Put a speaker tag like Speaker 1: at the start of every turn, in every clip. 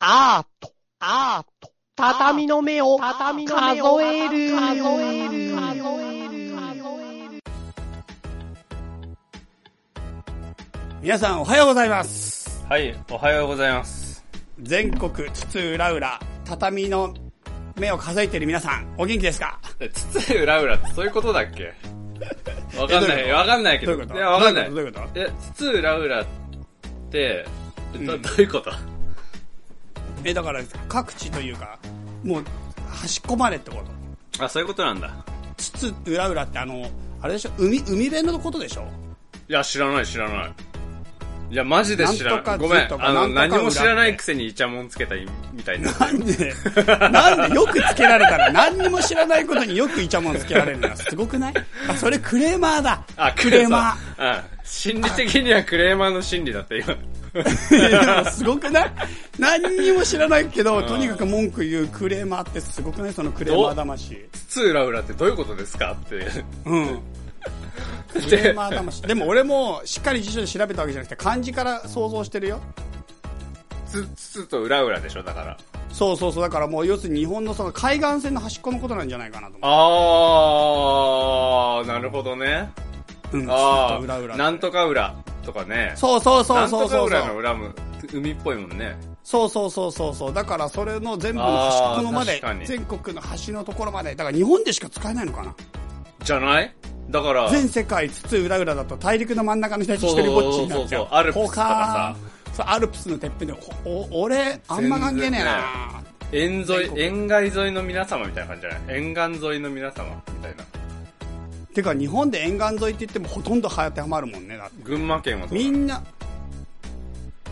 Speaker 1: アート、アート、畳の目を、畳の目を数える、
Speaker 2: 数
Speaker 1: える、数える。
Speaker 3: 皆さんおはようございます。
Speaker 4: はい、おはようございます。
Speaker 3: 全国津々浦々、畳の目を数えている皆さん、お元気ですか
Speaker 4: えつつゆらうらってそういうことだっけわかんな
Speaker 3: えどういうこ
Speaker 4: い、
Speaker 3: と
Speaker 4: わかんないけ
Speaker 3: どう
Speaker 4: ど。
Speaker 3: いうこと
Speaker 4: や、わかんない。
Speaker 3: どういうことどういうこ
Speaker 4: え、つつゆらうらって、えど
Speaker 3: うん
Speaker 4: どういうこと
Speaker 3: え、だから各地というか、もう端っこまでってこと。
Speaker 4: あ、そういうことなんだ。
Speaker 3: 津々浦々ってあの、あれでしょ海、海辺のことでしょ
Speaker 4: いや、知らない、知らない。いや、マジで知
Speaker 3: な
Speaker 4: ら
Speaker 3: んと
Speaker 4: な
Speaker 3: か
Speaker 4: い。ごめ
Speaker 3: ずと
Speaker 4: ん。
Speaker 3: か
Speaker 4: あの、
Speaker 3: なんとか
Speaker 4: 何も知ら
Speaker 3: 裏っ
Speaker 4: な
Speaker 3: て
Speaker 4: いくせにイチャモンつけたみたいな。
Speaker 3: なん で、なんでよくつけられたら、何にも知らないことによくイチャモンつけられるのはすごくないあ、それクレーマーだ。
Speaker 4: あ、
Speaker 3: クレーマ
Speaker 4: そうあ、心理的にはクレーマーの心理だった、今。
Speaker 3: ー。でもすごくない何にも知らないけど、とにかく文句言うクレーマーってすごくないそのクレーマー魂。
Speaker 4: つつゆらうらってどういうことですかって。
Speaker 3: うん。クレーマー魂。でも俺もしっかり辞書で調べたわけじゃなくて、漢字から想像してるよ。
Speaker 4: つ、つつとうらうらでしょ、だから。
Speaker 3: そうそうそう。だからもう要するに日本のその海岸線の端っこのことなんじゃないかなと思
Speaker 4: あー、なるほどね。
Speaker 3: う。うん。
Speaker 4: あ
Speaker 3: 裏裏。
Speaker 4: あ、なんとか裏とかね。
Speaker 3: そうそうそうそうそう
Speaker 4: なんとか裏
Speaker 3: そ
Speaker 4: の
Speaker 3: う。
Speaker 4: 裏も海っぽいもんね。
Speaker 3: そうそうそうそうそう。だからそれの全部の端っこのま
Speaker 4: あ
Speaker 3: で
Speaker 4: ー確か、に
Speaker 3: 全国の端のところまで、だから日本でしか使えないのかな。
Speaker 4: じゃないだから、
Speaker 3: 全世界つつ裏裏だと大陸の真ん中の人たち一人ぼっちになっちゃう。
Speaker 4: そうそうそうそうアルプスとかさ
Speaker 3: ポカーン。そう、アルプスのてっぺんで、おお俺、あんま関係ねえな。
Speaker 4: 沿沿
Speaker 3: 全
Speaker 4: い、
Speaker 3: 国
Speaker 4: 沿岸沿いの皆様みたいな感じじゃない沿岸沿いの皆様みたいな。
Speaker 3: てか日本で沿岸沿いって言ってもほとんど当てはまるもんねだって
Speaker 4: 群馬県はどう
Speaker 3: み
Speaker 4: なの
Speaker 3: んな、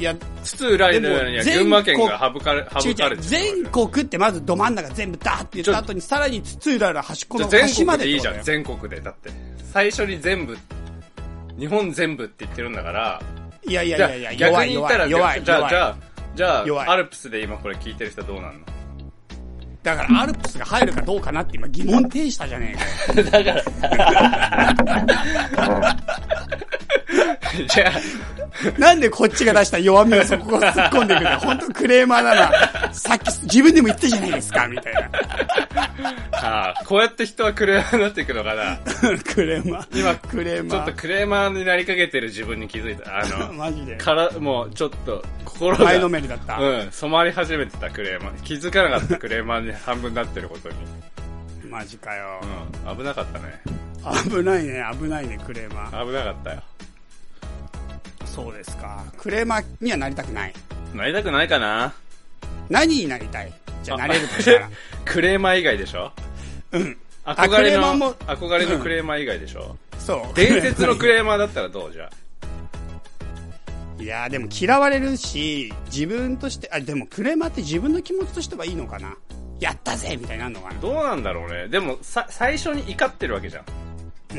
Speaker 3: いや、
Speaker 4: 津々浦々には
Speaker 3: でも
Speaker 4: 群馬県
Speaker 3: 全
Speaker 4: が省かれ、
Speaker 3: 違う
Speaker 4: 省か
Speaker 3: 違
Speaker 4: れ
Speaker 3: う
Speaker 4: てしまう
Speaker 3: 全国ってまずど真ん中全部ダーって言った後にさらにつついらら端っこ
Speaker 4: じゃ
Speaker 3: の
Speaker 4: あ
Speaker 3: 端
Speaker 4: 全
Speaker 3: ま
Speaker 4: 国
Speaker 3: で
Speaker 4: でいいじゃ
Speaker 3: って
Speaker 4: ん、
Speaker 3: こと
Speaker 4: 全国で。だって。最初に全部、日本全部って言ってるんだから、
Speaker 3: だよいやいやい
Speaker 4: じゃあ
Speaker 3: やいや、
Speaker 4: 逆
Speaker 3: 弱
Speaker 4: に
Speaker 3: い
Speaker 4: 言った
Speaker 3: 弱
Speaker 4: ら、
Speaker 3: い弱い
Speaker 4: じゃ
Speaker 3: 弱
Speaker 4: あ、
Speaker 3: い
Speaker 4: じゃあ、じゃ
Speaker 3: 弱い
Speaker 4: あ、アルプスで今これ聞いてる人どうなんの
Speaker 3: だからアルプスが入るかどうかなって今疑問呈したじゃね
Speaker 4: じゃあ、
Speaker 3: えかなんでこっちが出した弱みをそこを突っ込んでいくんだ よ本当クレーマーだなさっき自分でも言ったじゃないですかみたい な
Speaker 4: ああ、こうやって人はクレーマーになっていくのかな。
Speaker 3: クレーマー
Speaker 4: 今
Speaker 3: クレー
Speaker 4: ちょっ
Speaker 3: マ
Speaker 4: と
Speaker 3: ー
Speaker 4: クレーマーになりかけてる自分に気づいた。あの、
Speaker 3: マジで
Speaker 4: から、もうちょっと、心が。
Speaker 3: 前のめりだった、
Speaker 4: うん、染まり始めてたクレーマー。気づかなかったクレーマーに半分なってることに。
Speaker 3: マジかよ、
Speaker 4: うん、危なかったね。
Speaker 3: 危ないね危ないねクレーマー
Speaker 4: 危なかったよ。
Speaker 3: そうですかクレーマーにはなりたくない
Speaker 4: なりたくないかな
Speaker 3: 何になりたいじゃあ
Speaker 4: あ
Speaker 3: なれるとしたら
Speaker 4: クレーマー以外でしょ
Speaker 3: うん
Speaker 4: 憧れ
Speaker 3: あクレーマーも
Speaker 4: の、憧れのクレーマー以外でしょ、
Speaker 3: そう
Speaker 4: 伝説のク
Speaker 3: レ
Speaker 4: レーマーだったらどうじゃ
Speaker 3: ーマーいやでも嫌われるし自分としてあでもクレーマーって自分の気持ちとしてはいいのかなやったぜみたいになるのかな
Speaker 4: どうなんだろうね。でも、さ、最初に怒ってるわけじゃ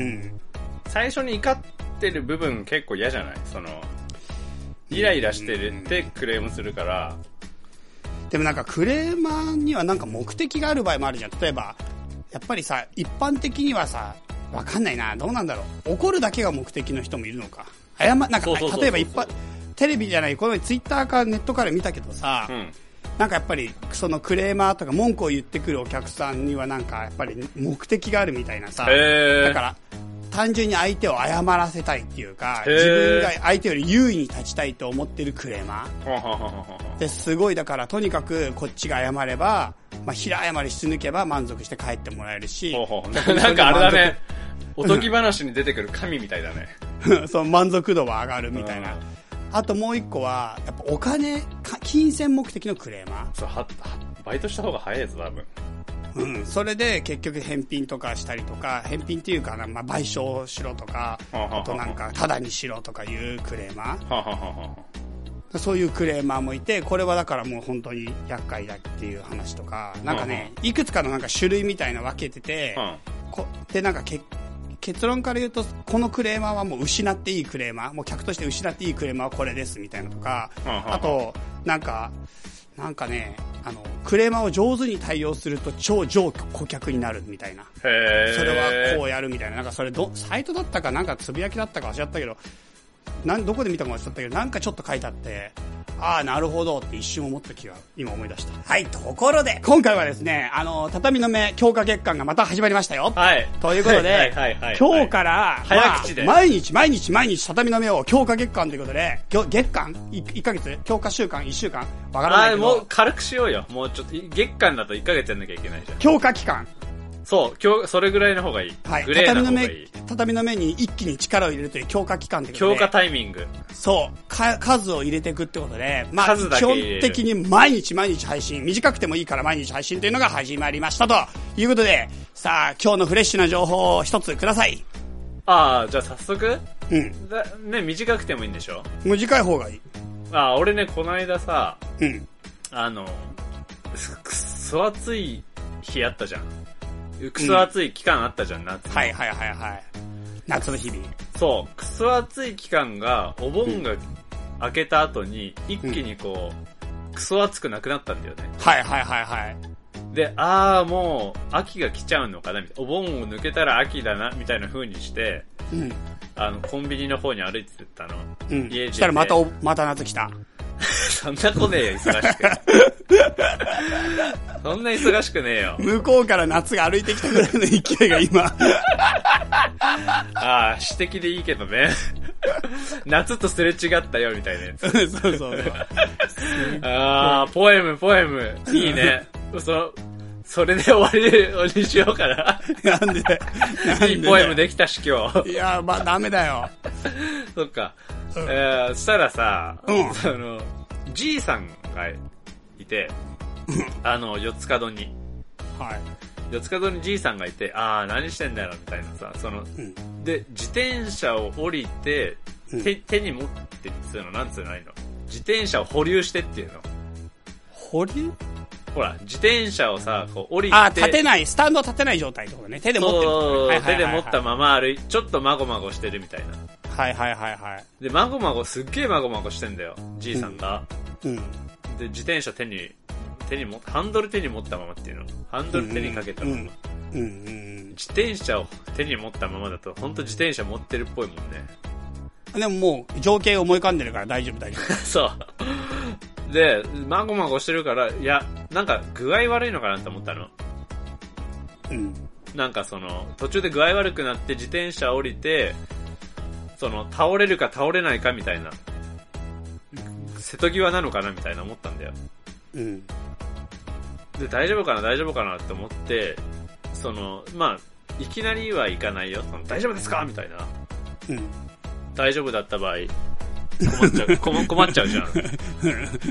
Speaker 4: ん。
Speaker 3: うん
Speaker 4: 最初に怒ってる部分結構嫌じゃないそのイライラしてるってクレームするから
Speaker 3: でもなんかクレーマーにはなんか目的がある場合もあるじゃん例えばやっぱりさ一般的にはさわかんないなどうなんだろう怒るだけが目的の人もいるのか謝なんか
Speaker 4: そうそうそうそう
Speaker 3: 例えば一般テレビじゃないこの前ツイッターかネットから見たけどさ、
Speaker 4: うん
Speaker 3: なんかやっぱりそのクレーマーとか文句を言ってくるお客さんにはなんかやっぱり目的があるみたいなさ、
Speaker 4: へー
Speaker 3: だから単純に相手を謝らせたいっていうか、
Speaker 4: へー
Speaker 3: 自分が相手より優位に立ちたいと思ってるクレーマ
Speaker 4: ほんほんほんほんほんほん
Speaker 3: ーですごいだからとにかくこっちが謝れば、まあ、平謝りし抜けば満足して帰ってもらえるし
Speaker 4: ほ うほう
Speaker 3: 逆に
Speaker 4: な
Speaker 3: そ
Speaker 4: ん
Speaker 3: れで
Speaker 4: かあれだねおとぎ話に出てくる神みたいだね
Speaker 3: 満足 その満足度は上がるみたいな、
Speaker 4: うん
Speaker 3: あともう一個はやっぱお金か金銭目的のクレーマー
Speaker 4: そうははバイトした方が早いぞ多分
Speaker 3: うん、それで結局返品とかしたりとか返品っていうかな、まあ、賠償しろとか
Speaker 4: はあはあはあ
Speaker 3: あとなんかタダにしろとかいうクレーマ
Speaker 4: はんはんはんはん
Speaker 3: ーそういうクレーマーもいてこれはだからもう本当に厄介だっていう話とかなんか
Speaker 4: はあ
Speaker 3: ねいくつかのなんか種類みたいな分けてて
Speaker 4: はん
Speaker 3: こでなんかけ結論から言うとこのクレーマーはもう失っていいクレーマーもう客として失っていいクレーマーはこれですみたいなとか
Speaker 4: はあはあ
Speaker 3: あとなんかなんかねあのクレーマーを上手に対応すると超上顧客になるみたいな。
Speaker 4: へえ
Speaker 3: それはこうやるみたいな、なんかそれど、サイトだったか、なんかつぶやきだったか忘れちゃったけど、なんどこで見たか忘れちゃったけどなんかちょっと書いてあってああなるほどって一瞬思った気が今思い出したはいところで今回はですねあの畳の目強化月間がまた始まりましたよ
Speaker 4: はい。
Speaker 3: ということで、
Speaker 4: はいはいはいはい
Speaker 3: 今日から、まあ
Speaker 4: 早口で
Speaker 3: 毎日毎日毎日畳の目を強化月間ということで、きょ月間 1, ヶ月強化週間 ?1 週間わからない
Speaker 4: あ
Speaker 3: け
Speaker 4: ーもう
Speaker 3: ど、
Speaker 4: 軽くしようよ。もうちょっと、い月間だと1ヶ月やんなきゃいけないじゃん。
Speaker 3: 強化期間。
Speaker 4: そう、今日、それぐらいの方がいい。
Speaker 3: はい。
Speaker 4: グレー
Speaker 3: 畳
Speaker 4: な
Speaker 3: の
Speaker 4: 方が
Speaker 3: 目
Speaker 4: いい。、
Speaker 3: 畳の目に一気に力を入れるという強化期間ということ
Speaker 4: 強
Speaker 3: で。
Speaker 4: 化タイミング。
Speaker 3: そう。か数を入れていくってことで、まあ、
Speaker 4: 数だ
Speaker 3: 基
Speaker 4: け
Speaker 3: 本
Speaker 4: 入れる
Speaker 3: 的に毎日毎日配信、短くてもいいから毎日配信というのが始まりましたということで、さあ、今日のフレッシュな情報を一つください。
Speaker 4: ああ、じゃあ早速
Speaker 3: うん。
Speaker 4: だね、短くてもいいんでしょ
Speaker 3: 短い方がいい。
Speaker 4: ああ、俺ね、この間さ、
Speaker 3: うん。
Speaker 4: あの、すくっそ暑い日あったじゃん。くそ暑い期間あったじゃん、夏。
Speaker 3: はいはいはいはい。夏の日々。
Speaker 4: そう、くそ暑い期間が、お盆が明けた後に、一気にこう、くそ暑くなくなったんだよね。
Speaker 3: はいはいはいはい。
Speaker 4: で、ああ、もう、秋が来ちゃうのかな、みたいな。お盆を抜けたら秋だな、みたいな風にして、
Speaker 3: うん。
Speaker 4: あの、コンビニの方に歩いてったの。
Speaker 3: うん。そ
Speaker 4: 家出て
Speaker 3: したらまたお、また夏来た。
Speaker 4: そんな来ねえよ、忙しく。 そんな忙しくねえよ。
Speaker 3: 向こうから夏が歩いてきたぐらいの勢いが今。
Speaker 4: ああ、指摘でいいけどね。 夏とすれ違ったよ、みたいなやつ。
Speaker 3: そうそうそう。
Speaker 4: ああ、ポエム、ポエム。いいね。その、それで終わりにしようかな。
Speaker 3: なんで、なん
Speaker 4: い
Speaker 3: で、
Speaker 4: いポエム。できたし、今日。
Speaker 3: いや、まあダメだよ。
Speaker 4: そっか。えーそしたらさ、
Speaker 3: うん
Speaker 4: その、じいさんがいて、あの、四つ角に。
Speaker 3: はい。
Speaker 4: 四つ角にじいさんがいて、ああ、何してんだよ、みたいなさ、その、
Speaker 3: うん。
Speaker 4: で、自転車を降りて、
Speaker 3: うん
Speaker 4: 手手に持って、つうの、なんつうのないの。自転車を保留してっていうの。
Speaker 3: 保留
Speaker 4: ほら、自転車をさ、こう降りて、
Speaker 3: あ、立てない、スタンドを立てない状態ってことね。手で持ってるってことね。
Speaker 4: そう手で持った
Speaker 3: ま
Speaker 4: まま歩い、ちょっとまごまごしてるみたいな。
Speaker 3: はいはいはいはい。
Speaker 4: で、まごまご、すっげえまごまごしてんだよ、じいさんが。
Speaker 3: うん。
Speaker 4: で、自転車手に、手にも、ハンドル手に持ったままっていうの。ハンドル手にかけたまま。
Speaker 3: うんうんうん
Speaker 4: 自転車を手に持ったままだと、ほんと自転車持ってるっぽ いもんね。
Speaker 3: うん。でももう、情景を思い浮かんでるから大丈夫大丈
Speaker 4: そう。で、まごまごしてるから、いや、なんか具合悪いのかなって思ったの。
Speaker 3: 夫。うん。
Speaker 4: なんかその、途中で具合悪くなって自転車降りて、その、倒れるか倒れないかみたいな。瀬戸際なのかなみたいな思ったんだよ。
Speaker 3: うん。
Speaker 4: で、大丈夫かな大丈夫かなって思って、その、まあ、いきなりはいかないよ。その大丈夫ですかみたいな。
Speaker 3: うん。
Speaker 4: 大丈夫だった場合、困っちゃ う、困困っちゃうじゃん。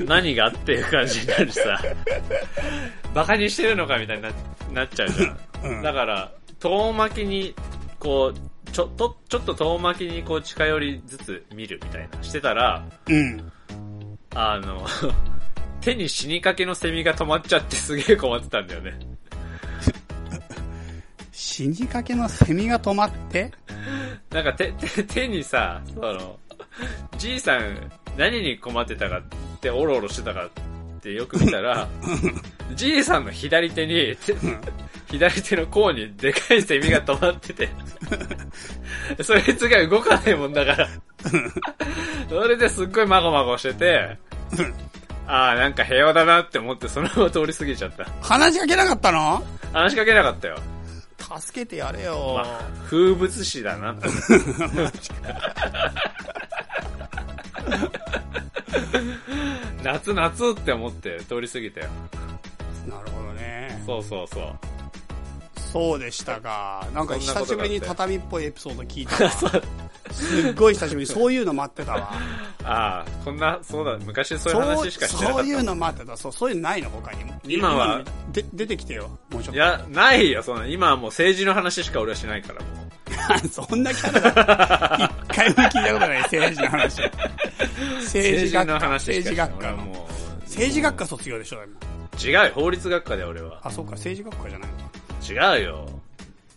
Speaker 4: 何がっていう感じになるしさ、バカにしてるのかみたいにななっちゃうじゃん。
Speaker 3: うん
Speaker 4: だから、遠巻きに、こう、ちょっと、ちょっと遠巻きにこう近寄りずつ見るみたいなしてたら、
Speaker 3: うん。
Speaker 4: あの、 手に死にかけのセミが止まっちゃってすげえ困ってたんだよね。
Speaker 3: 死にかけのセミが止まって、
Speaker 4: なんか 手、手、手にさ、その、じいさん何に困ってたかっておろおろしてたかってよく見たら、じいさんの左手に、て左手の甲にでかいセミが止まってて、そいつが動かないもんだから、それですっごいまごまごしてて、ああ、なんか平和だなって思ってそのまま通り過ぎちゃった。
Speaker 3: 話しかけなかったの
Speaker 4: 話しかけなかったよ。
Speaker 3: 助けてやれよ。
Speaker 4: まあ、風物詩だなって思って夏夏って思って通り過ぎたよ
Speaker 3: なるほどね。
Speaker 4: そうそうそう
Speaker 3: そうでしたか。なんか久しぶりに畳っぽいエピソード聞い たわ。す
Speaker 4: そう
Speaker 3: っごい久しぶり。そういうの待ってたわ。
Speaker 4: ああこんなそうだ昔 そういう
Speaker 3: そう
Speaker 4: 話しかしてなか
Speaker 3: そ
Speaker 4: っ
Speaker 3: う
Speaker 4: た
Speaker 3: いうの待ってた。そう、そういうのないの他にも。
Speaker 4: 今は
Speaker 3: で、出てきてよ。もうちょっ
Speaker 4: いやないよその今はもう政治の話しか俺はしないからもう
Speaker 3: と。 そんなキャラだ。一回も聞いたことない。政治の 話。政治学科。
Speaker 4: の話し
Speaker 3: 政
Speaker 4: か
Speaker 3: 治
Speaker 4: しない
Speaker 3: 学
Speaker 4: 俺
Speaker 3: 科
Speaker 4: は
Speaker 3: の。
Speaker 4: もう
Speaker 3: 政治学科卒業でしょ、でも
Speaker 4: 違うよ法律学科だよ俺は
Speaker 3: あ、そうか、政治学科じゃないのか。
Speaker 4: 違うよ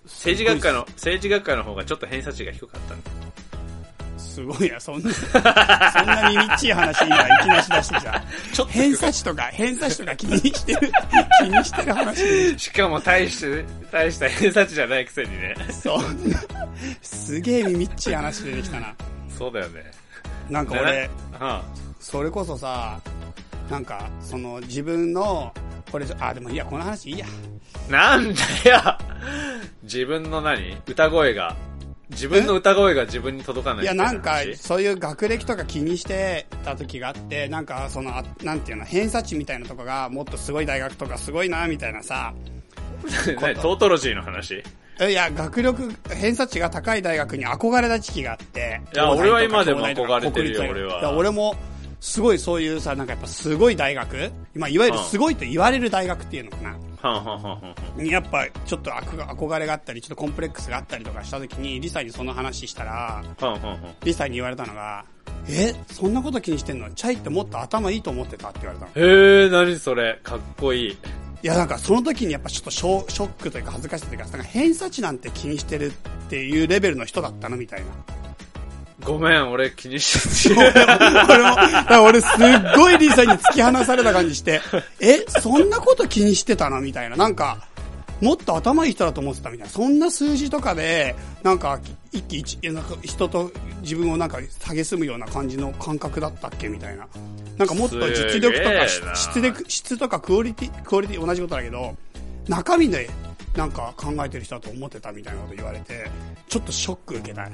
Speaker 4: 政治学科の政治学科の方がちょっと偏差値が低かったんだよ
Speaker 3: すごいな、そんな、そんな耳っちい話今、いきなし出してきた。
Speaker 4: ちょっと低かった
Speaker 3: 偏差値とか、偏差値とか気にしてる、 気にしてる話
Speaker 4: しかも大して、大した偏差値じゃないくせにね。
Speaker 3: そう。すげえ耳っちい話出てきたな。
Speaker 4: そうだよね。
Speaker 3: なんか俺、
Speaker 4: あ
Speaker 3: それこそさ、なんか、その自分の、これ、あ、でもいいや、この話いいや。
Speaker 4: なんだよ自分の何歌声が。自分の歌声が自分に届かない
Speaker 3: いや、なんか
Speaker 4: って、話
Speaker 3: そういう学歴とか気にしてた時があって、なんか、その、あなんていうの、偏差値みたいなとかが、もっとすごい大学とかすごいな、みたいなさ、
Speaker 4: 何トートロジーの話い
Speaker 3: いや、学力、偏差値が高い大学に憧れた時期があって。東大
Speaker 4: や
Speaker 3: とか
Speaker 4: 俺は今でも
Speaker 3: 京大とか
Speaker 4: 憧れてる
Speaker 3: 国
Speaker 4: よ
Speaker 3: 立とか
Speaker 4: 俺はい
Speaker 3: や俺も、すごいそういうさ、なんかやっぱすごい大学今、いわゆるすごいと言われる大学っていうのかな。
Speaker 4: はんはんはんはん
Speaker 3: にやっぱ、ちょっと憧憧れがあったり、ちょっとコンプレックスがあったりとかした時に、リサにその話したら、
Speaker 4: はんはんはん
Speaker 3: リサに言われたのが、え、そんなこと気にしてんのチャイってもっと頭いいと思ってたって言われたの。
Speaker 4: へえ、何それかっこいい。
Speaker 3: いやなんかその時にやっぱちょっとショショックというか恥ずかしいというか、なんか偏差値なんて気にしてるっていうレベルの人だったのみたいな。
Speaker 4: ごめん、俺気 にしてる。
Speaker 3: 俺も、だから俺すっごいリーさんに突き放された感じ して、え、そんなこと気にしてたなみたいな。なんか、もっと頭いい人だと思ってたみたいな。そんな数字とかで、なんか、一喜一憂、なんか人と自分をなんか、蔑むような感じの感覚だったっけみたいな。なんかもっと実力とか
Speaker 4: すげえな
Speaker 3: 質質で、質とかクオリティ、クオリティ同じことだけど、中身で、なんか考えてる人だと思ってたみたいなこと言われて、ちょっとショック受けたい。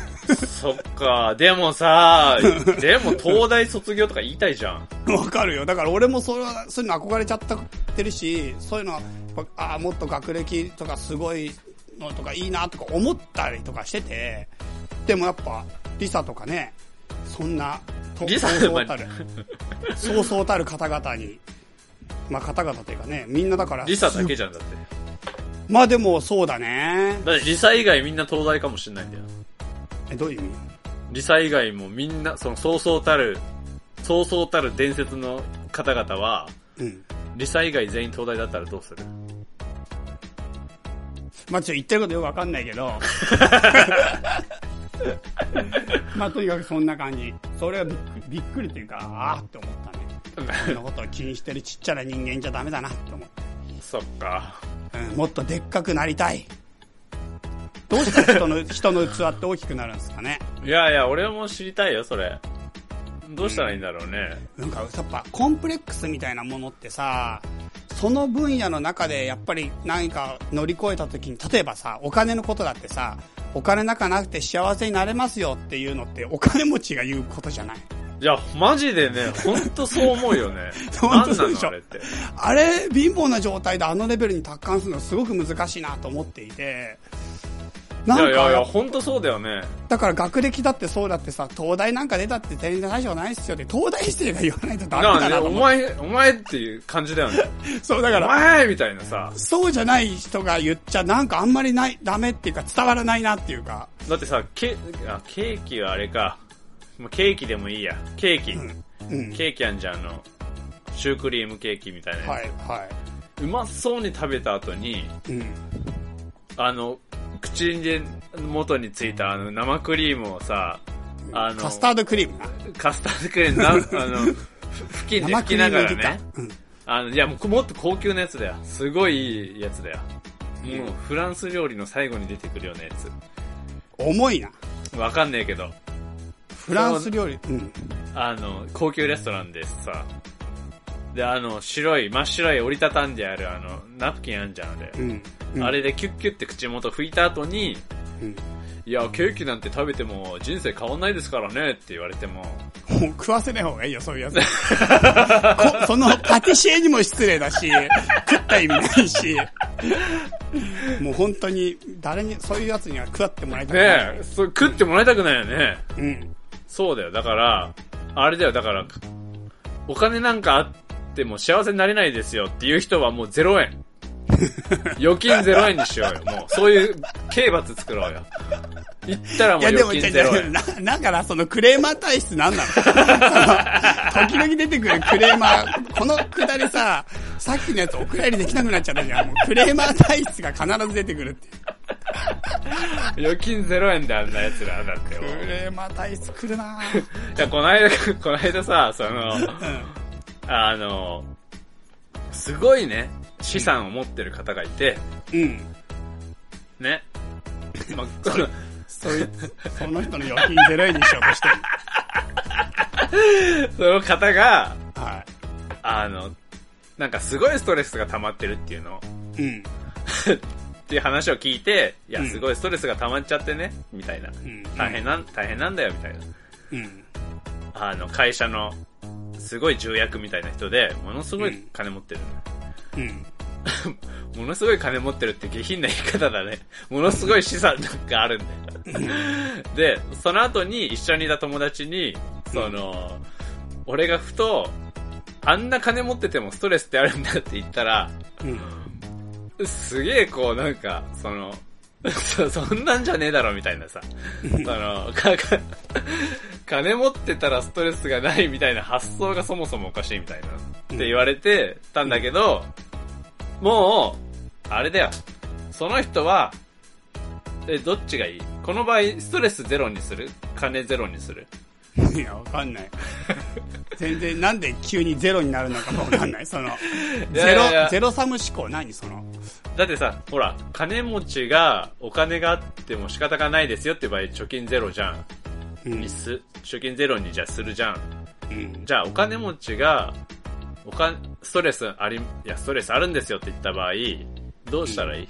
Speaker 4: そっか、でもさ、でも東大卒業とか言いたいじゃん。
Speaker 3: わかるよ。だから俺もそれは、そういうの憧れちゃってるし、そういうのは、ああ、もっと学歴とかすごいのとかいいなとか思ったりとかしてて、でもやっぱ、リサとかね、そんな、と
Speaker 4: リサ
Speaker 3: そうそうたる、そうそうたる方々に、まあ方々というかね、みんなだから、
Speaker 4: リサだけじゃんだって。
Speaker 3: まあでもそうだね。
Speaker 4: だってリサ以外みんな東大かもしんないんだよ。
Speaker 3: え、どういう意味
Speaker 4: リサ以外もみんな、そのそうそうたる、そうそうたる伝説の方々は、
Speaker 3: うん。
Speaker 4: リサ以外全員東大だったらどうする
Speaker 3: まあちょっと言ってることよくわかんないけど。まあとにかくそんな感じ。それはびっくりびっくりというか、ああって思ったね。そんなことを気にしてるちっちゃな人間じゃダメだなって思っ
Speaker 4: そっか。
Speaker 3: た。うん、もっとでっかくなりたい。どうしたら人の人の器って大きくなるんですかね。
Speaker 4: いやいや、俺も知りたいよ、それ。どうしたらいいんだろうね。
Speaker 3: なんかやっぱコンプレックスみたいなものってさ、その分野の中でやっぱり何か乗り越えた時に、例えばさ、お金のことだってさ、お金なんかなくて幸せになれますよっていうのってお金持ちが言うことじゃない。。
Speaker 4: いや、マジでね、ほんとそう思うよ ね
Speaker 3: ほんとそうで
Speaker 4: なんな
Speaker 3: しょ
Speaker 4: のあれって。
Speaker 3: あれ、貧乏な状態であのレベルに達観するのすごく難しいなと思っていて、なんか
Speaker 4: いやいやいや、ほんとそうだよね。
Speaker 3: だから学歴だってそうだってさ、東大なんか出たって全然大丈夫ないっすよって、東大生が言わないとダメ
Speaker 4: な
Speaker 3: だ
Speaker 4: んで、
Speaker 3: なと
Speaker 4: お
Speaker 3: 思って。
Speaker 4: 前、お前っていう感 じだよね。
Speaker 3: そう、だか
Speaker 4: お
Speaker 3: ら、
Speaker 4: 前みたいなさ。
Speaker 3: そうじゃない人が言っちゃなんかあんまりない、ダメっていうか伝わらないなっていうか、
Speaker 4: だってさ、ケあケーキはあれか。もうケーキでもいいや。ケーキ。
Speaker 3: うん。
Speaker 4: ケーキあんじゃん、あの、シュークリームケーキみたいなやつ、
Speaker 3: はい、は
Speaker 4: うまそうに食べた後に、
Speaker 3: い。うん。
Speaker 4: あの、口で元についたあの生クリームをさ、あの、
Speaker 3: カスタードクリームな。
Speaker 4: カスタードクリームな、あ の、ふ布巾で
Speaker 3: 生
Speaker 4: 拭
Speaker 3: ク
Speaker 4: き
Speaker 3: リー
Speaker 4: な
Speaker 3: ム
Speaker 4: が
Speaker 3: 入
Speaker 4: ら
Speaker 3: りか
Speaker 4: ね。。
Speaker 3: うん。
Speaker 4: あの、いや、もうもっと高級なやつだよ。すごいいいやつだよ。もう、フランス料理の最後に出てくるようなや
Speaker 3: 重いな。
Speaker 4: つ。わかんねえけど。
Speaker 3: フランス料理。うん。
Speaker 4: あの、高級レストランでさ、で、あの、白い、真っ白い折りたたんである、あの、ナプキンあんじゃん、あれ。
Speaker 3: うん。うん
Speaker 4: あれでキュッキュッて口元拭いた後に、
Speaker 3: うん
Speaker 4: いや、ケーキなんて食べても人生変わんないですからねって言われても、
Speaker 3: もう食わせない方がいいよ、 そういうやつ。こそのパティシエにも失礼だし、食った意味ない し、もう本当に誰に、そういうやつには食わってもらいたくない。
Speaker 4: ねえ、そう食ってもらいたくないよね。
Speaker 3: うん。
Speaker 4: そうだよ、だから、あれだよ、だから、お金なんかあっても幸せになれないですよっていう人はもう0円。 預金0円にしようよ。もう、そういう刑罰作ろうよ。言ったらも
Speaker 3: いうやでも、
Speaker 4: 預金
Speaker 3: 違う
Speaker 4: 0
Speaker 3: 違う
Speaker 4: 円。
Speaker 3: な、 だからそのクレーマー体質なんなの その時々出てくるクレーマー、このくだりさ、さっきのやつお蔵入りできなくなっちゃったじゃん。もうクレーマー体質が必ず出てくるっていう。
Speaker 4: 預金0円であんな 奴らだってもう。
Speaker 3: クレーマー体質来るなぁ
Speaker 4: いや、この間、この間さ、その、あの、すごいね、資産を持ってる方がいて、
Speaker 3: うん。
Speaker 4: ね。まあ、
Speaker 3: そいその人の預金ゼロ円にしようとしてる。
Speaker 4: その方が、
Speaker 3: は
Speaker 4: あの、なんかすごいストレスが溜まってるっていうの。
Speaker 3: い。うん。
Speaker 4: っていう話を聞いて、いうや、
Speaker 3: ん
Speaker 4: すごいストレスが溜まっちゃってね、みたいな。
Speaker 3: ん
Speaker 4: 大変なん、大変なんだよ、みたいな。
Speaker 3: うん。
Speaker 4: あの、会社の、すごい重役みたいな人で、ものすごい金持ってる。
Speaker 3: うん。
Speaker 4: ものすごい金持ってるって下品な言い方だね。ものすごい資産があるんだよ。で、その後に一緒にいた友達に、その、俺がふと、あんな金持っててもストレスってあるんだって言ったら、
Speaker 3: うん。
Speaker 4: すげえこうなんか、その、 そそんなんじゃねえだろみたいなさ、その、か、 か、金持ってたらストレスがないみたいな発想がそもそもおかしいみたいな、って言われてたんだけど、もう、あれだよ、その人は、え、どっちがいいこの場合、ストレスゼロにする金ゼロにする
Speaker 3: いや、わかんない。全然、なんで急にゼロになるのかもわかんない。その、
Speaker 4: いや
Speaker 3: ゼ
Speaker 4: いやい
Speaker 3: ロ
Speaker 4: や、
Speaker 3: ゼロサム思考、何その。
Speaker 4: だってさ、ほら、金持ちがお金があっても仕方がないですよって場合、貯金ゼロじゃん。
Speaker 3: うん
Speaker 4: に。す、貯金ゼロにじゃあするじゃん。
Speaker 3: うん。
Speaker 4: じゃあお金持ちが、お金、ストレスあり、いや、ストレスあるんですよって言った場合、どうしたらいい、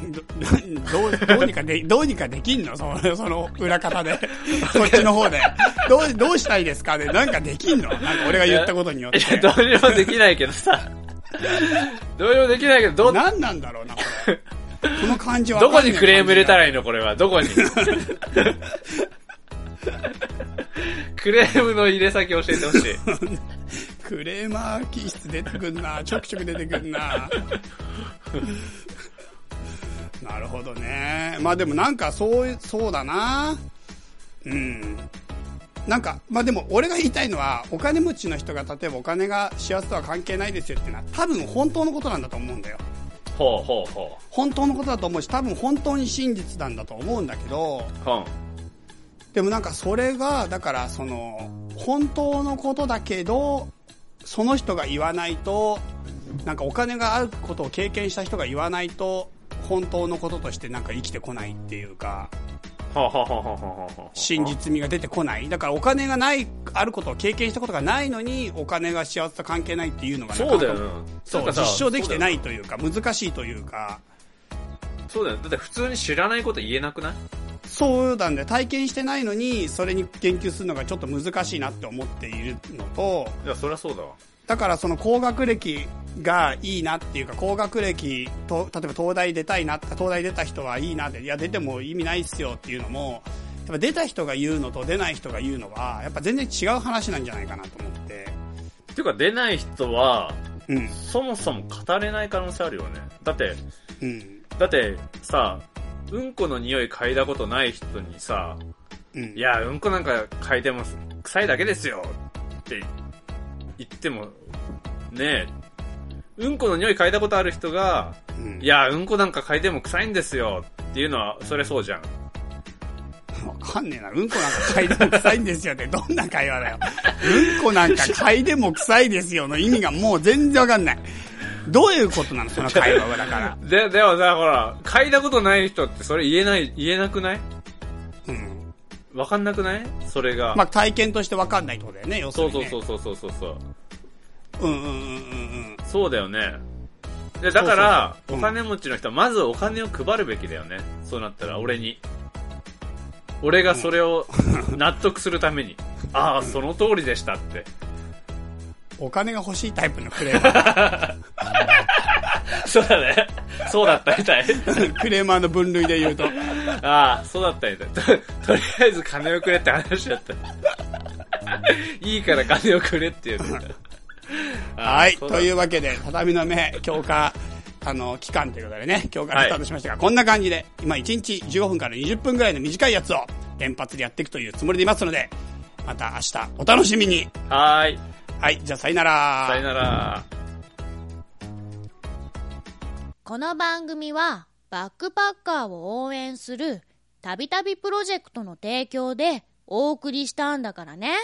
Speaker 3: どどうどうにかで、どうにかできんのその、その裏方 で。そっちの方で。どう、どうしたいですかで、なんかできんのなんか俺が言ったことによっ
Speaker 4: いや、
Speaker 3: て。
Speaker 4: どうにもできないけ どさ、どうにもできないけど、ど、
Speaker 3: 何なんだろうな、これ。この感じは。
Speaker 4: どこにクレーム入れた
Speaker 3: ら
Speaker 4: らいいのこれは。どこに。クレームの入れ先教えてほしい。
Speaker 3: クレーマー気質出てくんな。ちょくちょく出てくんな。なるほどね。まあでもなんかそういう、そうだな。うん。なんか、まあでも俺が言いたいのは、お金持ちの人が例えばお金が幸せとは関係ないですよっていうのは、多分本当のことなんだと思うんだよ。
Speaker 4: ほうほうほ
Speaker 3: 本当のことだと思うし、多分本当に真実なんだと思うんだけど、
Speaker 4: う。ほん。
Speaker 3: でもなんかそれが、だからその、本当のことだけど、その人が言わないと、なんかお金があることを経験した人が言わないと、本当のこととしてなんか生きてこないっていうか、
Speaker 4: ほうほうほうほうほうほう。
Speaker 3: 真実味が出てこない。だからお金がない、あることを経験したことがないのに、お金が幸せと関係ないっていうのがなか
Speaker 4: そ
Speaker 3: な
Speaker 4: う
Speaker 3: か
Speaker 4: だよな。
Speaker 3: そう、
Speaker 4: なんか
Speaker 3: 実
Speaker 4: さ
Speaker 3: 証できてな
Speaker 4: そうだよ
Speaker 3: いというか、難しいというか、
Speaker 4: そうだよ。だって普通に知らないこと言えなくない
Speaker 3: そうなんだよ体験してないのに、それに言及するのがちょっと難しいなって思っているのと、
Speaker 4: いや、そりゃそうだわ。
Speaker 3: だからその高学歴がいいなっていうか、高学歴と、例えば東大出たいな、東大出た人はいいなって、いや出ても意味ないっすよっていうのも、やっぱ出た人が言うのと出ない人が言うのは、やっぱ全然違う話なんじゃないかなと思って。
Speaker 4: ていうか、出ない人は、
Speaker 3: うん、
Speaker 4: そもそも語れない可能性あるよね。だって、
Speaker 3: うん、
Speaker 4: だってさ、うんこの匂い嗅いだことない人にさ、
Speaker 3: うん。
Speaker 4: い、や、うんこなんか嗅いでも臭いだけですよって言っても、ねえ、うんこの匂い嗅いだことある人が、
Speaker 3: うん、
Speaker 4: い、や、うんこなんか嗅いでも臭いんですよっていうのは、それそうじゃん。
Speaker 3: わかんねえな。うんこなんか嗅いでも臭いんですよって、どんな会話だよ。うんこなんか嗅いでも臭いですよの意味がもう全然わかんない。どういうことなのその会話はだから。
Speaker 4: で、でもさ、ほら、嗅いだことない人ってそれ言えない、言えなくない
Speaker 3: うん。
Speaker 4: わかんなくないそれが。
Speaker 3: まあ体験としてわかんないってことだよね、要する
Speaker 4: そう
Speaker 3: に、
Speaker 4: そう
Speaker 3: ね。
Speaker 4: そうそうそうそうそう。
Speaker 3: う。うんうんうんうん
Speaker 4: そうだよね。でだから
Speaker 3: そうそうそううん
Speaker 4: お金持ちの人はまずお金を配るべきだよね。そうなったら、俺に。俺がそれを納得するため に。ああ、その通りでしたって。
Speaker 3: うん。お金が欲しいタイプのクレーマー。
Speaker 4: そうだね。そうだったみたい。
Speaker 3: クレーマーの分類で言うと。
Speaker 4: ああ、そうだったみたい。ととりあえず金をくれって話だ った。いいから金をくれって言 うんだ。ああ
Speaker 3: はい。
Speaker 4: そうだ
Speaker 3: というわけで、畳の目、強化、あの、期間ということでね、今日から
Speaker 4: はい
Speaker 3: スタートしましたが、こんな感じで、今1日15分から20分ぐらいの短いやつを連発でやっていくというつもりでいますので、また明日お楽しみに。
Speaker 4: はーい。
Speaker 3: はい、じゃあさよなら。
Speaker 4: さよなら。
Speaker 2: この番組はバックパッカーを応援するたびたびプロジェクトの提供でお送りしたんだからね。